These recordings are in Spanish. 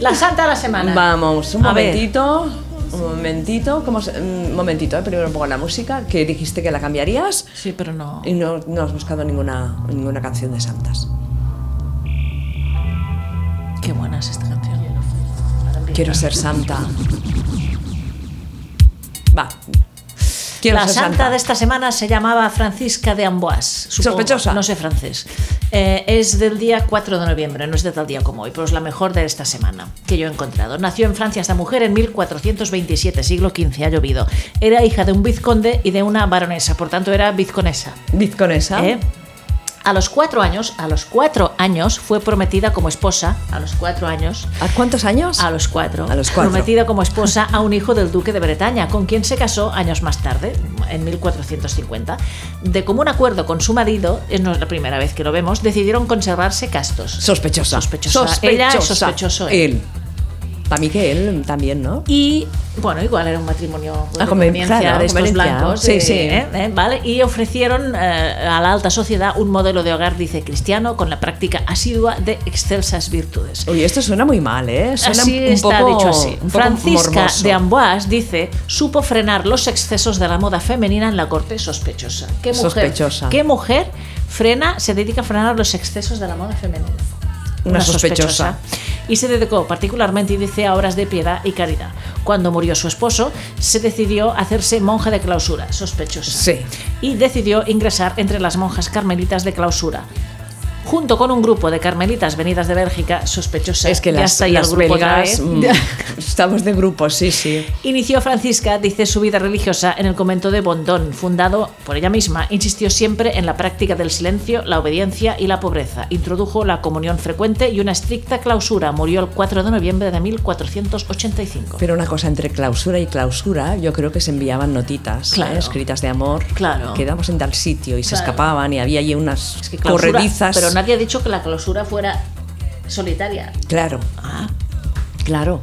La santa de la semana. Vamos, un A ver. momentito. Un momentito. ¿cómo se- un momentito, eh, primero pongo la música, que dijiste que la cambiarías Sí, pero no. y no, no has buscado ninguna, ninguna canción de santas. Qué buena es esta canción. Quiero ser santa. Va. Quiero La ser santa, de esta semana se llamaba Francisca de Amboise. supongo. Sospechosa. No sé francés. Eh, es del día 4 de noviembre, no es de tal día como hoy, pero es la mejor de esta semana que yo he encontrado. Nació en Francia esta mujer en 1427, siglo XV, ha llovido. Era hija de un vizconde y de una baronesa, por tanto era vizconesa. Vizconesa. ¿eh? A los cuatro años, a los cuatro años fue prometida como esposa, a los cuatro años, ¿A cuántos años? a los cuatro. A los cuatro. Prometida como esposa a un hijo del duque de Bretaña, con quien se casó años más tarde, en 1450. De común acuerdo con su marido, eh, no es la primera vez que lo vemos, decidieron conservarse castos. Sospechosa. Sospechosa. Ella es sospechoso, eh. él. Él. Para mí que él también, ¿no? Y bueno, igual era un matrimonio de Ah, conven- conveniencia claro, de estos conveniencia. blancos. Sí, eh, sí. eh, eh, ¿vale? Y ofrecieron eh, a la alta sociedad un modelo de hogar, dice cristiano, con la práctica asidua de excelsas virtudes. Oye, esto suena muy mal, ¿eh? Suena así un está poco, dicho así. un poco Francisca morboso. de Amboise dice, supo frenar los excesos de la moda femenina en la corte sospechosa. ¿Qué mujer, Sospechosa. ¿qué mujer frena, se dedica a frenar los excesos de la moda femenina? Una sospechosa. Y se dedicó particularmente, y dice, a obras de piedad y caridad. Cuando murió su esposo, se decidió hacerse monja de clausura, sospechosa. Sí. Y decidió ingresar entre las monjas carmelitas de clausura. Junto con un grupo de carmelitas venidas de Bélgica, sospechosas Es que ya las, está ahí el las grupo otra belgas, vez. mm, estamos de grupo, sí, sí. Inició Francisca, dice, su vida religiosa en el convento de Bondón, fundado por ella misma. Insistió siempre en la práctica del silencio, la obediencia y la pobreza. Introdujo la comunión frecuente y una estricta clausura. Murió el 4 de noviembre de 1485. Pero una cosa, entre clausura y clausura, yo creo que se enviaban notitas, ¿eh? Claro. escritas de amor. Claro. Quedamos en tal sitio y se Claro. escapaban y había allí unas Es que clausura- corredizas. Pero nadie ha dicho que la clausura fuera solitaria. Claro, Ah, claro.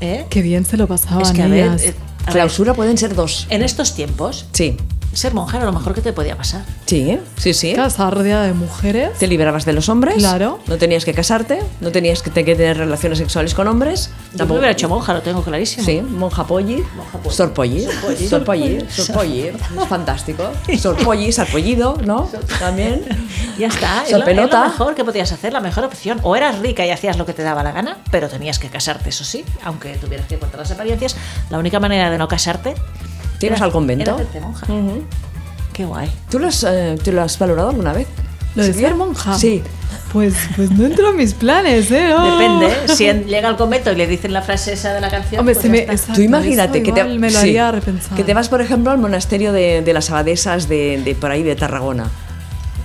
¿eh? Qué bien se lo pasaban Es que a ver, ellas. eh, a ver, clausura pueden ser dos. en estos tiempos, Sí, ser monja era lo mejor que te podía pasar. sí, ¿eh? sí, sí. Casar rodeada de mujeres. Te liberabas de los hombres. Claro. No tenías que casarte, no tenías que, que tener relaciones sexuales con hombres. Yo me hubiera hecho monja, lo tengo clarísimo. Sí, monja polli, Monja polli. sorpolli, Sorpolli. sorpolli, sorpolli, es fantástico. Sorpolli, sarpollido, ¿no? También. Ya está, es lo, es Sorpelota. lo mejor que podías hacer, la mejor opción. O eras rica y hacías lo que te daba la gana, pero tenías que casarte, eso sí, aunque tuvieras que cortar las apariencias. La única manera de no casarte. ¿Te ibas era- al convento? era hacerte monja. Ujú. Qué guay. ¿Tú lo has, eh, tú lo has valorado alguna vez? ¿Lo de Silvia? ser monja? Sí. Pues, pues no entro en mis planes, ¿eh? Oh. Depende, ¿eh? si en- llega al convento y le dicen la frase esa de la canción. Hombre, pues se ya me- está. esa- Tú imagínate eso que te, igual me lo sí, haría repensar. que te vas, por ejemplo, al monasterio de, de las abadesas de, de por ahí de Tarragona.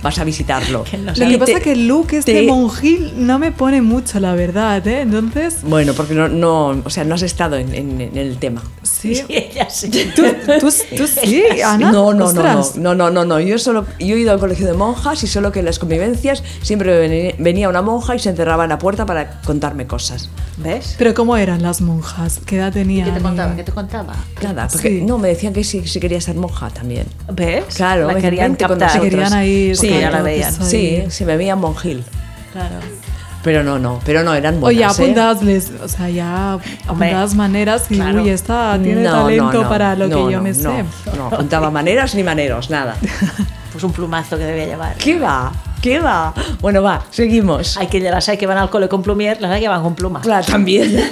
Vas a visitarlo. Que no Y Lo que pasa te- es que el look este te- monjil no me pone mucho, la verdad, ¿eh? Entonces, Bueno, porque no, no, o sea, no has estado en, en- en el tema. sí. Y ella sí. ¿Tú, tú, tú sí, Ana? No, no, no, no, Ostras. no, no, no, no. Yo solo, yo he ido al colegio de monjas y solo que en las convivencias siempre veni- venía una monja y se encerraba en la puerta para contarme cosas. ¿Ves? Pero ¿cómo eran las monjas? ¿Qué edad tenían? ¿Qué te contaba? ¿Qué te contaba? Nada, porque Sí. no, me decían que si, si quería ser monja también. ¿Ves? Claro, la ven, querían vente con captar. nosotros. querían ahí Sí, porque ya sacar la todo veían. eso Sí, ahí. se me veía monjil. Claro. Pero no, no, pero no, eran Oye, buenas, ¿eh? apuntadles, o sea, ya Hombre, apuntadas maneras y claro. uy, esta tiene No, no, talento no, para lo no, que yo no, me no, sé. No, contaba maneras ni maneros, nada. Pues un plumazo que debía llevar. ¿Qué va? ¿Qué va? Bueno, va, seguimos. Hay que las hay que van al cole con plumier, las hay que van con plumas. Claro, también.